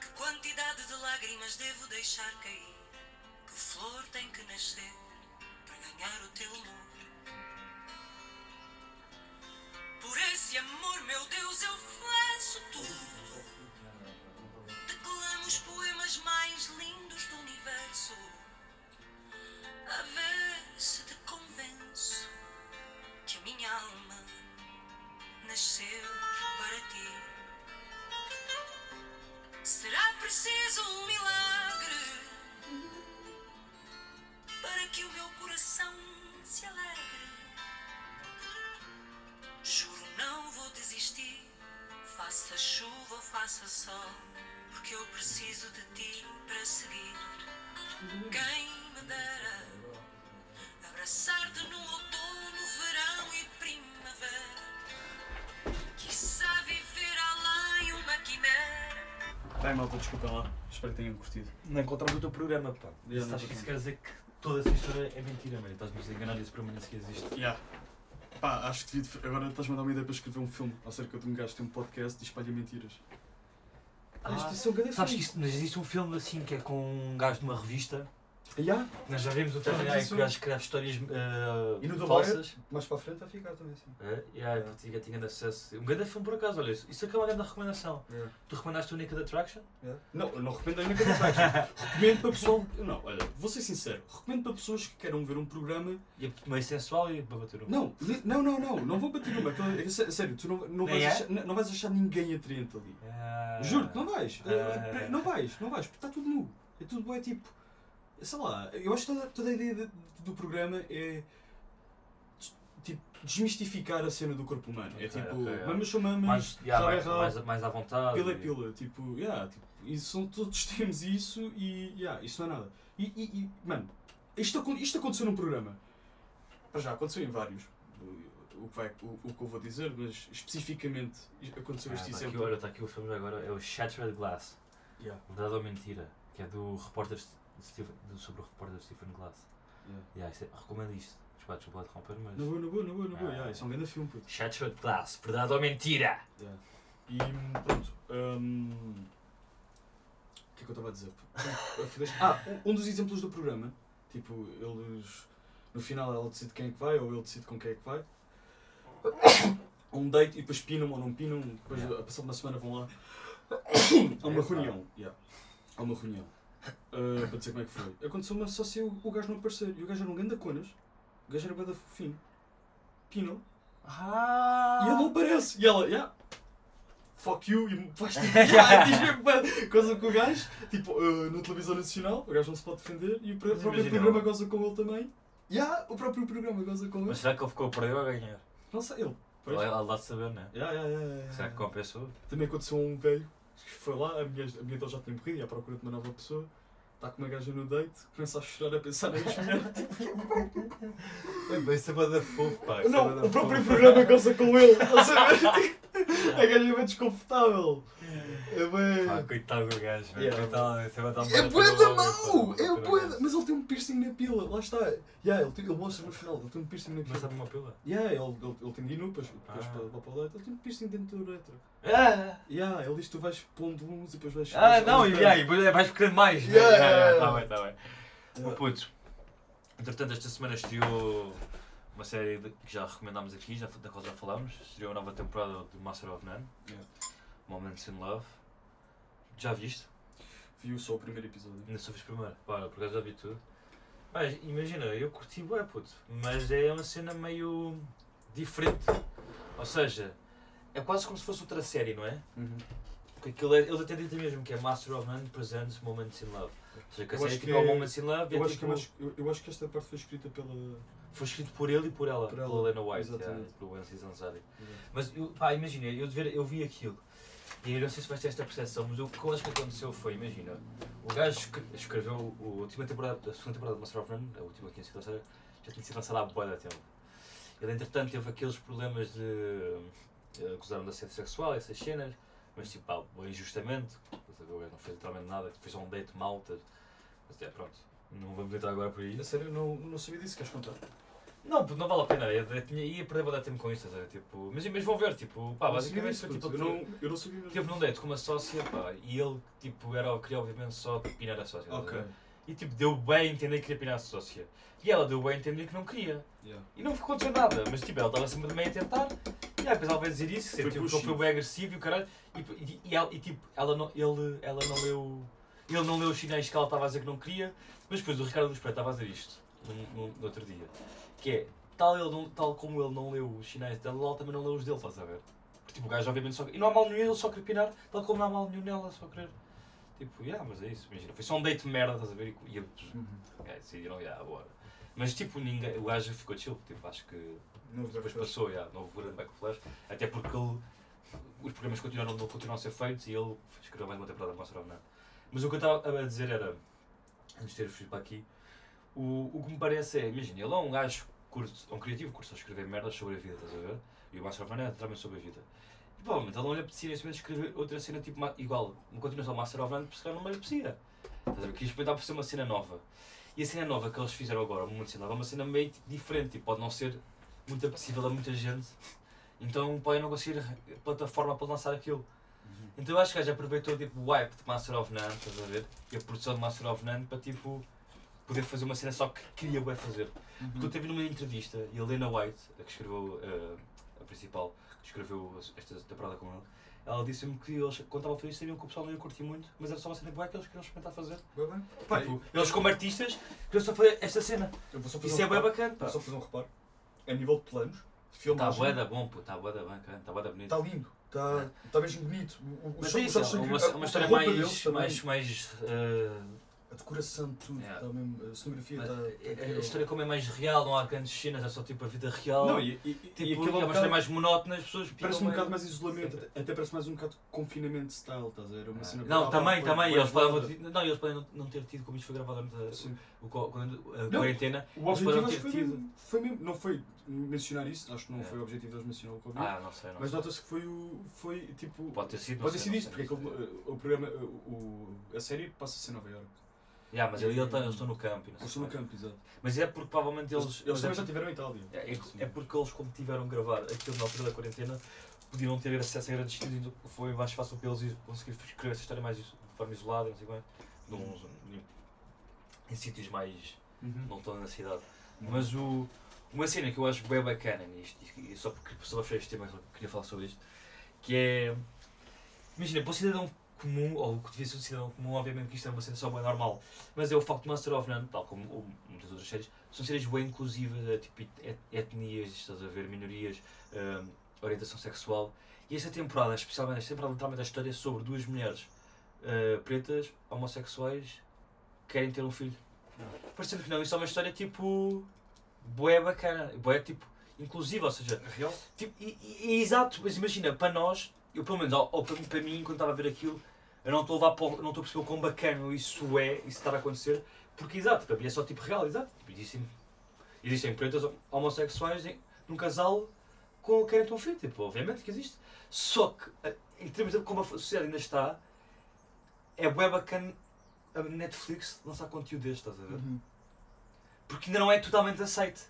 Speaker 5: Que quantidade de lágrimas devo deixar cair? Que flor tem que nascer para ganhar o teu amor? Por esse amor, meu Deus, eu faço tudo. Declamo os poemas mais lindos do universo. A ver se te convenço que a minha alma nasceu para ti. Será preciso um milagre para que o meu coração se alegre. Juro, não vou desistir. Faça chuva, faça sol, porque eu preciso de ti para seguir. Quem me dera abraçar-te no outono, verão e primavera. Quizá viver além uma quimera.
Speaker 3: Bem, malta, desculpa lá. Espero que tenham curtido.
Speaker 4: Não encontramos o teu programa, pá.
Speaker 3: Yeah,
Speaker 4: Isso
Speaker 3: não é.
Speaker 4: acho que
Speaker 3: encontramos.
Speaker 4: isso quer dizer que toda essa história é mentira, mano. Estás-me a enganar desse programa nem sequer existe.
Speaker 3: Yeah. Pá, acho que devido. Agora estás-me a dar uma ideia para escrever um filme acerca de um gajo que tem um podcast e espalha mentiras.
Speaker 4: Ah,
Speaker 3: é um grande
Speaker 4: Sabes que isto, mas existe um filme assim que é com um gajo de uma revista.
Speaker 3: Yeah.
Speaker 4: Nós já vimos o
Speaker 3: Já
Speaker 4: filme
Speaker 3: vimos
Speaker 4: é
Speaker 3: isso.
Speaker 4: que o gajo escreve histórias eh,
Speaker 3: E no Dubai?
Speaker 4: falsas.
Speaker 3: Mais para a frente vai ficar também assim.
Speaker 4: É, yeah, eu tinha, tinha grande acesso. Um grande filme por acaso, olha isso. Isso é que é uma grande recomendação. Tu recomendaste o Naked Attraction?
Speaker 3: Yeah. Não, eu não recomendo a minha mensagem. [laughs] recomendo para pessoal. Não, olha, vou ser sincero. Recomendo para pessoas que queiram ver um programa.
Speaker 4: E é meio sensual e para bater um.
Speaker 3: Não, li- não, não, não. Não vou bater uma. aquela- é sé- Sério, tu não, não,
Speaker 4: Nem
Speaker 3: vais,
Speaker 4: é?
Speaker 3: achar, não, não vais achar ninguém atraente ali.
Speaker 4: Ah.
Speaker 3: Juro-te, não vais. É,
Speaker 4: Ah.
Speaker 3: pre- Não vais, não vais, porque está tudo nu. É tudo bem tipo. Sei lá, eu acho que toda, toda a ideia de- do programa é. des- Tipo, desmistificar a cena do corpo humano. É
Speaker 4: Ok,
Speaker 3: tipo,
Speaker 4: ok, ok.
Speaker 3: mamas são mamas,
Speaker 4: Mais, yeah,
Speaker 3: rabo é
Speaker 4: mais,
Speaker 3: rabo,
Speaker 4: mais, mais à vontade.
Speaker 3: pila é
Speaker 4: e-
Speaker 3: pila. Tipo, yeah, tipo, e são todos [laughs] temos isso e. Yeah, isso não é nada. E, e- e, mano, isto, acon- isto aconteceu num programa. Para já, aconteceu em vários. O, o que vai, o, o que eu vou dizer, mas especificamente aconteceu
Speaker 4: Ah,
Speaker 3: este
Speaker 4: tá aqui,
Speaker 3: exemplo.
Speaker 4: olha, está aqui o filme agora, é o Shattered Glass.
Speaker 3: Yeah,
Speaker 4: Verdade ou mentira? Que é do repórter St- Stephen, do- sobre o repórter Stephen Glass.
Speaker 3: yeah.
Speaker 4: Yeah, isto é, recomendo isto. Desculpa, desculpa interromper, mas.
Speaker 3: Na boa, na boa, na boa, na boa.
Speaker 4: Ah.
Speaker 3: Yeah, isso é um grande filme, puto.
Speaker 4: Shattered Glass, verdade ou mentira?
Speaker 3: Yeah. E pronto. hum, o que é que eu estava a dizer? Ah, um, um dos exemplos do programa. Tipo, eles. No final ela decide quem é que vai, ou ele decide com quem é que vai. Há Um date e depois pinam ou não pinam, depois
Speaker 4: Yeah.
Speaker 3: a passar uma semana vão lá.
Speaker 4: [coughs]
Speaker 3: Há uma
Speaker 4: É, pá.
Speaker 3: reunião. Yeah. Há uma reunião. Ah, para dizer como é que foi. Aconteceu-me só se o, o gajo não aparecer. E o gajo era um ganda conas. O gajo era bada fofinho. Pinam.
Speaker 4: Ah!
Speaker 3: E ele não aparece. E ela, yeah. Fuck you, e
Speaker 4: [laughs]
Speaker 3: faz tipo, yeah, diz mesmo pá, coisa com o gajo, tipo, eh, na televisão nacional, o gajo não se pode defender e o pr-
Speaker 4: Mas
Speaker 3: próprio
Speaker 4: imagina,
Speaker 3: programa
Speaker 4: ó.
Speaker 3: goza com ele também. Yeah, o próprio programa goza com ele.
Speaker 4: Mas será que ele ficou a perder ou a ganhar?
Speaker 3: Não sei, ele. Pois.
Speaker 4: Ele ele dá de saber, não é?
Speaker 3: Yeah, yeah, yeah, yeah,
Speaker 4: Será que
Speaker 3: yeah.
Speaker 4: compensou?
Speaker 3: Também aconteceu um velho que foi lá, a mulher, a mulher dele já tinha morrido e à procura de uma nova pessoa, está com uma gaja no date, começa a chorar a pensar na ex-mulher.
Speaker 4: É bem sabada fofo, pá. é
Speaker 3: não, o próprio programa goza com ele, [laughs] estás a ver? A gaja é bem desconfortável. É bem.
Speaker 4: Pá, coitado do gajo, velho.
Speaker 3: Yeah.
Speaker 4: Coitado, você vai dar uma
Speaker 3: É
Speaker 4: olhada
Speaker 3: bué
Speaker 4: para
Speaker 3: da
Speaker 4: ele,
Speaker 3: mau!
Speaker 4: pá.
Speaker 3: É bué da-
Speaker 4: Mas
Speaker 3: Mas ele tem um piercing na pila, lá está. Yeah, ele, tem- ele mostra no final, ele tem um piercing na
Speaker 4: está
Speaker 3: pila.
Speaker 4: numa pila.
Speaker 3: Yeah, ele, ele, ele tem dinupas, depois
Speaker 4: Ah.
Speaker 3: para, para, para o leite, ele tem um piercing dentro do uretra.
Speaker 4: Ah,
Speaker 3: Yeah, ele diz que tu vais pondo uns e depois vais...
Speaker 4: ah
Speaker 3: vais-
Speaker 4: não,
Speaker 3: vais-
Speaker 4: e aí, vais querer mais, né?
Speaker 3: Yeah,
Speaker 4: Yeah,
Speaker 3: yeah,
Speaker 4: yeah, Tá
Speaker 3: yeah.
Speaker 4: bem, tá bem. Mas puto, entretanto, esta semana estreou uma série de- que já recomendámos aqui, já, da qual já falámos. Estreou a nova temporada do Master of None,
Speaker 3: Yeah.
Speaker 4: Moments in Love. Já viste?
Speaker 3: Viu só o primeiro episódio.
Speaker 4: Ainda só fiz primeiro. Para, por acaso já vi tudo. Mas imagina, eu curti bué, puto. Mas é uma cena meio diferente. Ou seja, é quase como se fosse outra série, não é? Porque aquilo é, eles até dizem mesmo que é Master of None Presents Moments in Love. Ou seja, que a
Speaker 3: Eu
Speaker 4: série
Speaker 3: acho
Speaker 4: tipo
Speaker 3: que
Speaker 4: é o
Speaker 3: é-
Speaker 4: Moments in Love e
Speaker 3: Eu
Speaker 4: é
Speaker 3: acho, que é
Speaker 4: tipo,
Speaker 3: mais- eu- eu acho que esta parte foi escrita pela...
Speaker 4: foi escrito por ele e por ela,
Speaker 3: Por
Speaker 4: pela
Speaker 3: ela,
Speaker 4: Helena White, yeah,
Speaker 3: exatamente.
Speaker 4: pelo Ansis Ansari. Mas, eu, pá, imagina, eu, de ver- eu vi aquilo. E eu não sei se vais ter esta percepção, mas o que eu acho que aconteceu foi, imagina, o gajo escre- escreveu o- a última temporada, a segunda temporada de Master of None, a última que tinha sido lançada, já tinha sido lançada há boa da tempo. Ele, entretanto, teve aqueles problemas de... eh, acusaram de assédio sexual, essas cenas, mas, tipo, pá, injustamente, estás a ver, o gajo não fez literalmente nada, fez só um date mal, estás- mas, é, pronto, não vamos entrar agora por aí.
Speaker 3: A sério, eu não, não sabia disso, queres contar?
Speaker 4: Não, puto, não vale a pena. Eu, eu tinha, ia perder bué de tempo com isto, estás a ver? tipo, mas, mas vão ver, tipo, pá,
Speaker 3: Não sabia
Speaker 4: basicamente
Speaker 3: disso,
Speaker 4: foi tipo,
Speaker 3: puto, Ah, eu não, eu não sabia mesmo.
Speaker 4: teve num date com uma sócia, pá, e ele, tipo, era, queria obviamente só pinar a sócia. estás a
Speaker 3: Ok.
Speaker 4: ver? E, tipo, deu bem a entender que queria pinar a sócia. E ela deu bem a entender que não queria.
Speaker 3: Yeah.
Speaker 4: E não ficou a dizer nada, mas, tipo, ela estava sempre de meio a tentar. E aí, depois ela veio dizer isso, que
Speaker 3: Foi
Speaker 4: sentiu que ele
Speaker 3: pushy.
Speaker 4: foi bem agressivo e o caralho. E, e, e ela- e, tipo, ela não, ele, ela não leu... Ele não leu os sinais que ela estava a dizer que não queria, mas depois o Ricardo Luz Pereira estava a dizer isto, no, no- no outro dia, que é, tal, ele não- tal como ele não leu os sinais dela, ela também não leu os dele, estás a ver? Porque, tipo, o gajo obviamente só... E não há mal nenhum ele só querer pinar, tal como não há mal nenhum nela só querer... Tipo, yeah, mas é isso, imagina, foi só um date de merda, estás a ver? E, e os gajos decidiram, yeah, bora. Mas, tipo, ninguém, o gajo ficou chill, tipo, acho que
Speaker 3: Não
Speaker 4: depois passou, yeah, não houve grande backflash, até porque ele, os programas continuaram, não continuaram a ser feitos e ele escreveu mais uma temporada de Monster of None. Mas o que eu estava a dizer era, antes de ter fugido para aqui, o, o que me parece é, imagina, ele é um gajo, curto, é um criativo, curte só escrever merdas sobre a vida, estás a ver? E o Monster of None é também sobre a vida. E provavelmente ele não lhe apetecia neste momento escrever outra cena tipo, ma- igual, uma continuação do Master of None, porque se calhar não lhe apetecia. Estás a ver? Quis experimentar por ser uma cena nova. E a cena nova que eles fizeram agora, muito cena nova, é uma cena meio tipo, diferente, tipo, pode não ser muito apetecível a muita gente, então podem não conseguir plataforma para lançar aquilo. Então eu acho que o gajo aproveitou tipo, o hype de Master of None, estás a ver? E a produção de Master of None para tipo poder fazer uma cena só que queria bué fazer. Porque eu teve numa entrevista e a Helena White, a que escreveu eh, a principal, que escreveu esta temporada com ele, ela disse-me que eles, quando estavam a fazer isto, sabiam que o pessoal não ia curtir muito, mas era só uma cena boa que eles queriam experimentar fazer.
Speaker 3: Pá,
Speaker 4: Tipo, eles, como artistas, queriam só fazer esta cena.
Speaker 3: eu vou só fazer
Speaker 4: Isso
Speaker 3: um
Speaker 4: é bem
Speaker 3: reparo.
Speaker 4: bacana.
Speaker 3: Vou
Speaker 4: pá.
Speaker 3: só fazer um reparo. A nível de planos, de
Speaker 4: Está
Speaker 3: filmagem,
Speaker 4: Tá bué da bom, pô, está bué da bacana, está bué da bonito.
Speaker 3: Está lindo, está tá mesmo bonito. O- o-
Speaker 4: Mas
Speaker 3: shots-
Speaker 4: é isso,
Speaker 3: shots
Speaker 4: é uma,
Speaker 3: incríveis,
Speaker 4: é uma
Speaker 3: a-
Speaker 4: história
Speaker 3: a roupa
Speaker 4: mais,
Speaker 3: deles também,
Speaker 4: mais, mais eh,
Speaker 3: a
Speaker 6: decoração de tudo,
Speaker 4: Yeah.
Speaker 6: tá mesmo, a cenografia
Speaker 4: Mas
Speaker 6: está.
Speaker 3: tá
Speaker 4: a- a- a história como é mais real, não há grandes cenas, é só tipo a vida real.
Speaker 3: Não, e, e,
Speaker 4: tipo,
Speaker 3: e
Speaker 4: é uma
Speaker 3: aquele
Speaker 4: história mais Tipo, é- monótona, as pessoas
Speaker 3: Parece
Speaker 4: ficam
Speaker 3: um
Speaker 4: meio-
Speaker 3: bocado mais isolamento, até, até parece mais um bocado confinamento style, estás a ver? Uma cena
Speaker 4: Ah, Não,
Speaker 3: que
Speaker 4: também,
Speaker 3: estava
Speaker 4: também,
Speaker 3: bem-
Speaker 4: eles tipo,
Speaker 3: bem
Speaker 4: podem,
Speaker 3: guardada.
Speaker 4: não, eles podem não, não ter tido, como isto foi gravado durante
Speaker 3: Sim.
Speaker 4: a, o co- quando- a
Speaker 3: Não.
Speaker 4: quarentena.
Speaker 3: O
Speaker 4: Eles tipo, podem
Speaker 3: objetivo acho
Speaker 4: ter
Speaker 3: que foi,
Speaker 4: tido-
Speaker 3: mesmo- foi mesmo, não foi mencionar isso, acho que não
Speaker 4: É.
Speaker 3: foi o objetivo deles mencionar o Covid,
Speaker 4: Ah, não sei, não
Speaker 3: mas
Speaker 4: sei.
Speaker 3: nota-se que foi o, foi tipo,
Speaker 4: Pode ter sido, não
Speaker 3: pode ter
Speaker 4: sei,
Speaker 3: sido
Speaker 4: não
Speaker 3: isto, porque
Speaker 4: sei, não sei.
Speaker 6: eh,
Speaker 3: aquele- o programa, o, o- a série passa-se em Nova Iorque,
Speaker 4: Yeah, mas ali ele tá- eles estão no campo. e não sei
Speaker 3: eles estão no
Speaker 4: como é.
Speaker 3: campo, exato.
Speaker 4: Mas é porque provavelmente
Speaker 3: Eles,
Speaker 4: eles.
Speaker 3: eles, também já tiveram em Itália.
Speaker 4: É,
Speaker 3: Sim.
Speaker 4: é- é porque eles, como tiveram a gravar aquilo na altura da quarentena, podiam ter acesso a grandes sítios, então foi mais fácil para eles conseguir escrever essa história mais iso- de forma isolada, não sei como é, de uns- em- em sítios mais.
Speaker 3: Uhum.
Speaker 4: não estão na cidade. Mas o, uma cena que eu acho bem bacana nisto, e só porque só achei este tema, só queria falar sobre isto, que é. Imagina, para o cidadão comum, ou o que devia ser um cidadão comum, obviamente que isto é uma cena só bem normal, mas é o facto de Master of None, tal como ou muitas outras séries, são séries bem inclusivas, é, tipo et- etnias, estás a ver, minorias, hum, orientação sexual. E esta temporada, especialmente esta temporada, literalmente a história é sobre duas mulheres uh, pretas, homossexuais, que querem ter um filho. Parecendo que não, isso é uma história tipo. boé bacana, boé tipo. inclusiva, ou seja.
Speaker 3: Real?
Speaker 4: Tipo, e, e- e- exato, mas imagina, para nós, eu pelo menos, ou, ou para, mim- para mim, quando estava a ver aquilo, eu não estou a levar para o- não estou a perceber o quão bacana isso é, isso estar a acontecer, porque exato, para mim é só tipo real, exato. Tipo, existem, existem pretas homossexuais em, num casal com quem estão filho, tipo, obviamente que existe. Só que, eh, em termos de como a sociedade ainda está, é bué bacana a Netflix lançar conteúdo deste, estás a ver?
Speaker 6: Uhum.
Speaker 4: Porque ainda não é totalmente aceito.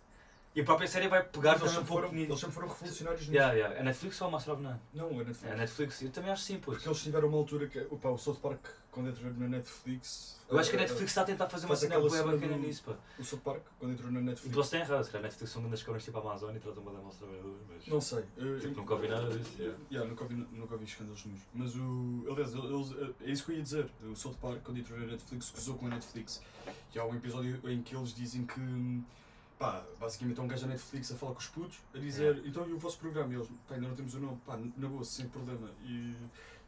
Speaker 4: E a própria série vai pegar
Speaker 6: Mas
Speaker 4: também
Speaker 6: Eles
Speaker 4: um
Speaker 6: sempre
Speaker 4: pouco
Speaker 6: foram-
Speaker 4: nisso.
Speaker 6: eles sempre foram revolucionários nisso.
Speaker 4: Yeah, yeah. A Netflix ou a Master of None?
Speaker 6: Não, a
Speaker 4: A
Speaker 6: Netflix.
Speaker 4: Netflix, eu também acho sim, pô.
Speaker 6: Porque eles tiveram uma altura que opa, o South Park, quando entrou na Netflix.
Speaker 4: Eu acho que a
Speaker 6: eh,
Speaker 4: Netflix está a tentar fazer uma
Speaker 6: Faz
Speaker 4: cena
Speaker 6: aquela
Speaker 4: bué
Speaker 6: cena
Speaker 4: bacana
Speaker 6: do-
Speaker 4: nisso, pá.
Speaker 6: O South Park, quando entrou na
Speaker 4: E
Speaker 6: Netflix.
Speaker 4: tu têm errado, se calhar a Netflix são grandes câmaras tipo a Amazon e trazem uma da mostra mas...
Speaker 6: Não sei. eh,
Speaker 4: Tipo, nunca ouvi nada disso. yeah.
Speaker 3: Yeah, nunca, ouvi, nunca ouvi escândalos nenhum. Mas o. Aliás, eles, é isso que eu ia dizer. O South Park, quando entrou na Netflix, cruzou com a Netflix. E há um episódio em que eles dizem que. hum, Pá, basicamente é um gajo da Netflix a falar com os putos, a dizer então e o vosso programa? E eles, pá, ainda não temos o nome, pá, na boa, sem problema. E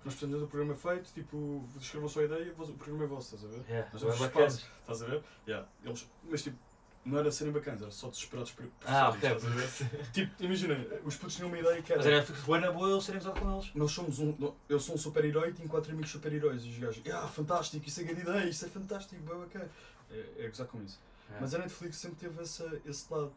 Speaker 3: nós precisamos do programa feito, tipo, escrevam só a ideia, vos- o programa é vosso, estás a ver?
Speaker 4: Yeah,
Speaker 3: Mas
Speaker 4: bué
Speaker 3: eles
Speaker 4: bacanas.
Speaker 3: fazem. Estás a ver? Yeah. Eles, mas tipo, não era serem bacanas, era só desesperados por. por
Speaker 4: Ah,
Speaker 3: séries,
Speaker 4: ok.
Speaker 3: estás a ver?
Speaker 4: [laughs]
Speaker 3: Tipo, imagina, os putos tinham uma ideia que era.
Speaker 4: Mas a Netflix, boa na boa, eles serem usados com eles.
Speaker 6: Nós somos um. no- Eu sou um super-herói e tenho quatro amigos super-heróis. E os gajos, ah, fantástico, isso é grande ideia, isso é fantástico, bem bacana.
Speaker 3: É, é gozar com isso.
Speaker 4: Yeah.
Speaker 6: Mas a Netflix sempre teve essa, esse lado.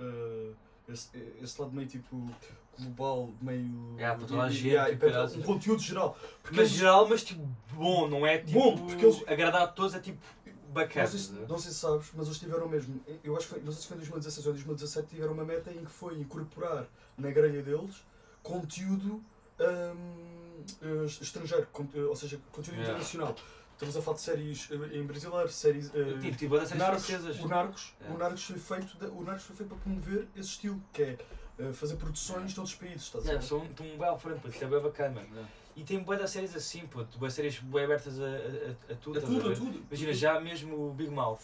Speaker 6: eh, esse, esse lado meio tipo global, meio.
Speaker 4: Yeah, para toda a
Speaker 6: e- e-
Speaker 4: gente,
Speaker 6: yeah, e
Speaker 4: tipo,
Speaker 6: para
Speaker 4: caralho.
Speaker 6: um conteúdo geral. Porque
Speaker 4: Mas
Speaker 6: eles-
Speaker 4: geral, mas tipo bom, não é tipo.
Speaker 6: Bom, porque eles-
Speaker 4: Agradar a todos é tipo
Speaker 6: não,
Speaker 4: bacana.
Speaker 6: sei se, não sei se sabes, mas eles tiveram mesmo. Eu acho que foi, não sei se foi em 2016 ou 2017, tiveram uma meta em que foi incorporar na grelha deles conteúdo hum, eh, estrangeiro, conte- ou seja, conteúdo
Speaker 4: Yeah.
Speaker 6: internacional. Estamos a falar de séries eh, em brasileiro, séries. eh,
Speaker 4: Tipo, tipo, das séries
Speaker 6: Narcos,
Speaker 4: francesas.
Speaker 6: o Narcos,
Speaker 4: É.
Speaker 6: o Narcos foi feito, de- o Narcos foi feito para promover esse estilo, que é eh, fazer produções de outros países, estás a
Speaker 4: Yeah,
Speaker 6: ver?
Speaker 4: são estão bem à frente, pô, isso é bem bacana.
Speaker 3: Yeah.
Speaker 4: E tem bué das séries assim, pô, bué séries bem abertas a, a, a- a tudo.
Speaker 3: É
Speaker 4: estás a
Speaker 3: tudo, é
Speaker 4: ver?
Speaker 3: tudo.
Speaker 4: Imagina, já mesmo o Big Mouth.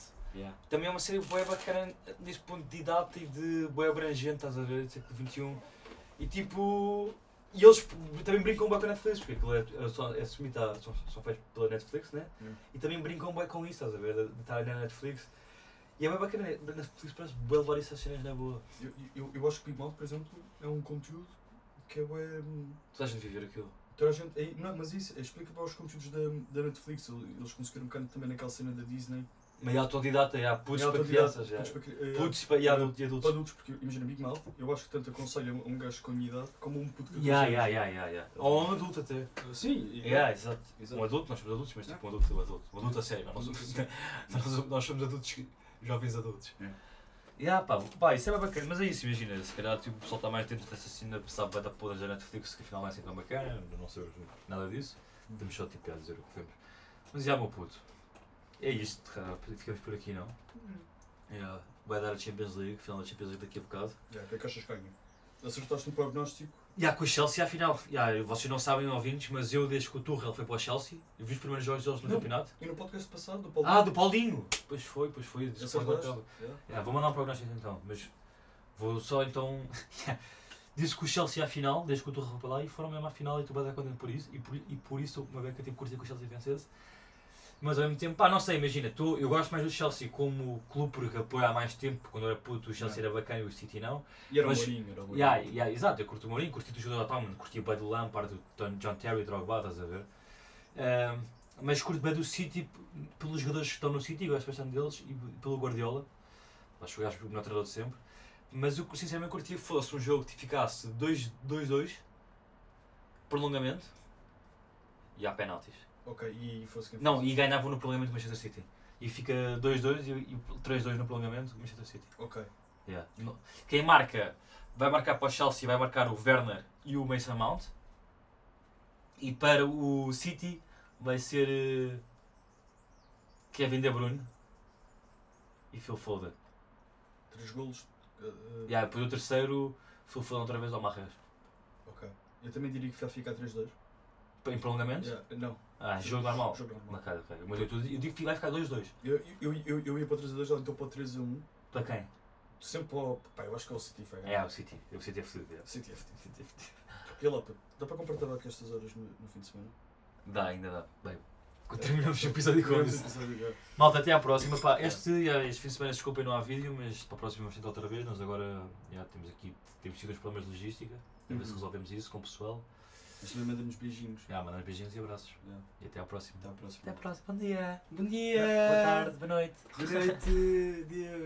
Speaker 4: Também é uma série bué bacana nesse ponto de idade e de bué abrangente, estás a ver, do século XXI. E tipo... E eles também brincam bué com a Netflix, porque aquilo é, é, só- é assumido, tá, são, são feitos pela Netflix, né?
Speaker 3: Hum.
Speaker 4: E também brincam bué com isso, estás a ver, de de estar na Netflix. E é bem bacana, a Netflix parece bué levar essas cenas na boa.
Speaker 6: Eu, eu, eu acho que Big Mouth, por exemplo, é um conteúdo que é. bué, hum,
Speaker 4: Toda a gente viver aquilo.
Speaker 6: Toda a gente. é- não, mas isso, explica para os conteúdos da, da Netflix. Eles conseguiram um bocado também naquela cena da Disney.
Speaker 4: Meio é autodidata, e há putos
Speaker 6: Em
Speaker 4: para
Speaker 6: autoridade,
Speaker 4: crianças, já.
Speaker 6: putos para cri- eh,
Speaker 4: Putos para e há adultos. e
Speaker 6: para
Speaker 4: adultos.
Speaker 6: adultos, porque imagina Big Mouth, eu acho que tanto aconselha um um gajo com a minha idade como um puto que
Speaker 4: Ya, ya, ya, ya, ya. Ou um adulto até.
Speaker 3: Sim, e-
Speaker 4: Yeah, exato.
Speaker 3: exato.
Speaker 4: Um adulto, nós somos adultos, mas tipo um adulto, um adulto. Um adulto a sério, nós, não somos, [laughs] nós, nós somos adultos, jovens adultos.
Speaker 3: É.
Speaker 4: Yeah, pá, pá, isso é bem bacana, mas é isso, imagina, se calhar tipo, o pessoal está mais dentro dessa cena, sabe vai dar podres da Netflix, que afinal não é assim tão bacana, eu não sei nada disso, estamos só tipo a dizer o que temos. Mas já, meu puto, é isto, cara, ficamos por aqui, não? Yeah. Vai dar a Champions League, final da Champions League daqui a bocado.
Speaker 6: Yeah, que é que achas que ganha? Acertaste no prognóstico?
Speaker 4: Yeah, com o Chelsea, afinal, yeah, vocês não sabem, ouvintes, mas eu desde que o Tuchel foi para o Chelsea, eu vi os primeiros jogos deles no
Speaker 6: Não.
Speaker 4: campeonato.
Speaker 6: E no podcast passado, do Paulo.
Speaker 4: Ah, do Paulinho! Pois foi, pois foi. disse que
Speaker 6: acertaste?
Speaker 4: Paulinho
Speaker 6: Yeah.
Speaker 4: estava. Yeah, vou mandar um prognóstico então, mas vou só então. [laughs] Disse que o Chelsea à final, desde que o Torre foi para lá, e foram mesmo à final e tu vais dar contente por isso, e por, e por isso uma beca tipo curtir que o Chelsea vencesse. Mas ao mesmo tempo, pá, não sei, imagina, tu, eu gosto mais do Chelsea como clube porque apoio há mais tempo. Quando eu era puto, o Chelsea era bacana e o City não.
Speaker 3: E era
Speaker 4: Mas-
Speaker 3: Mourinho, era Mourinho.
Speaker 4: Yeah, yeah, exato, eu curti o Mourinho, curti do jogador Ottoman, curti bem do Lampard, do Ton- John Terry, do Drogba, estás a ver? Ahm, mas curto bem do City p- pelos jogadores que estão no City, gosto bastante deles, e p- pelo Guardiola. Acho que o gajo foi o melhor treinador de sempre. Mas eu sinceramente curtia que fosse um jogo que ficasse 2-2, prolongamento e há penaltis.
Speaker 3: Ok, e fosse quem
Speaker 4: Não,
Speaker 3: fosse.
Speaker 4: e ganhavam no prolongamento do Manchester City. E fica 2-2 e, e 3-2 no prolongamento do Manchester City.
Speaker 3: Ok.
Speaker 4: Yeah. No- Quem marca, vai marcar para o Chelsea, vai marcar o Werner e o Mason Mount. E para o City vai ser eh, Kevin De Bruyne e Phil Foden.
Speaker 3: Três golos. eh, eh,
Speaker 4: Yeah, depois o terceiro, Phil Foden outra vez ao Marres.
Speaker 3: Ok. Eu também diria que vai ficar 3-2.
Speaker 4: Em prolongamento?
Speaker 3: Yeah, não.
Speaker 4: Ah, jogo normal.
Speaker 3: Jogo normal.
Speaker 4: Ok, ok. Mas eu, tô- eu digo que vai ficar 2-2.
Speaker 3: Eu, eu, eu, eu ia para o 3-2, ou então para o 3-1.
Speaker 4: Para quem?
Speaker 3: Sempre para o. Pá, eu acho que é o City, vai
Speaker 4: É,
Speaker 3: ganhar.
Speaker 4: o City. O City é fodido. yeah.
Speaker 3: City é fedido.
Speaker 4: O City é fodido.
Speaker 3: E lá, puto, dá para comprar tabaco a estas horas no, no fim de semana?
Speaker 4: Dá, ainda dá. Bem, terminamos o episódio com
Speaker 3: Terminamos
Speaker 4: isso.
Speaker 3: o episódio, é.
Speaker 4: Malta, até à próxima. Pá, este, já, este fim de semana, desculpem, não há vídeo, mas para a próxima vamos tentar outra vez. Nós agora já, temos aqui temos tido uns problemas de logística. A ver se
Speaker 3: Uhum.
Speaker 4: resolvemos isso com o pessoal.
Speaker 3: Mas também manda-nos beijinhos.
Speaker 4: Já, mandar beijinhos e abraços.
Speaker 3: Yeah.
Speaker 4: E até à próxima.
Speaker 3: Até à próxima.
Speaker 4: próxima. Bom dia.
Speaker 1: Bom dia.
Speaker 4: boa noite.
Speaker 1: Boa noite. Dia.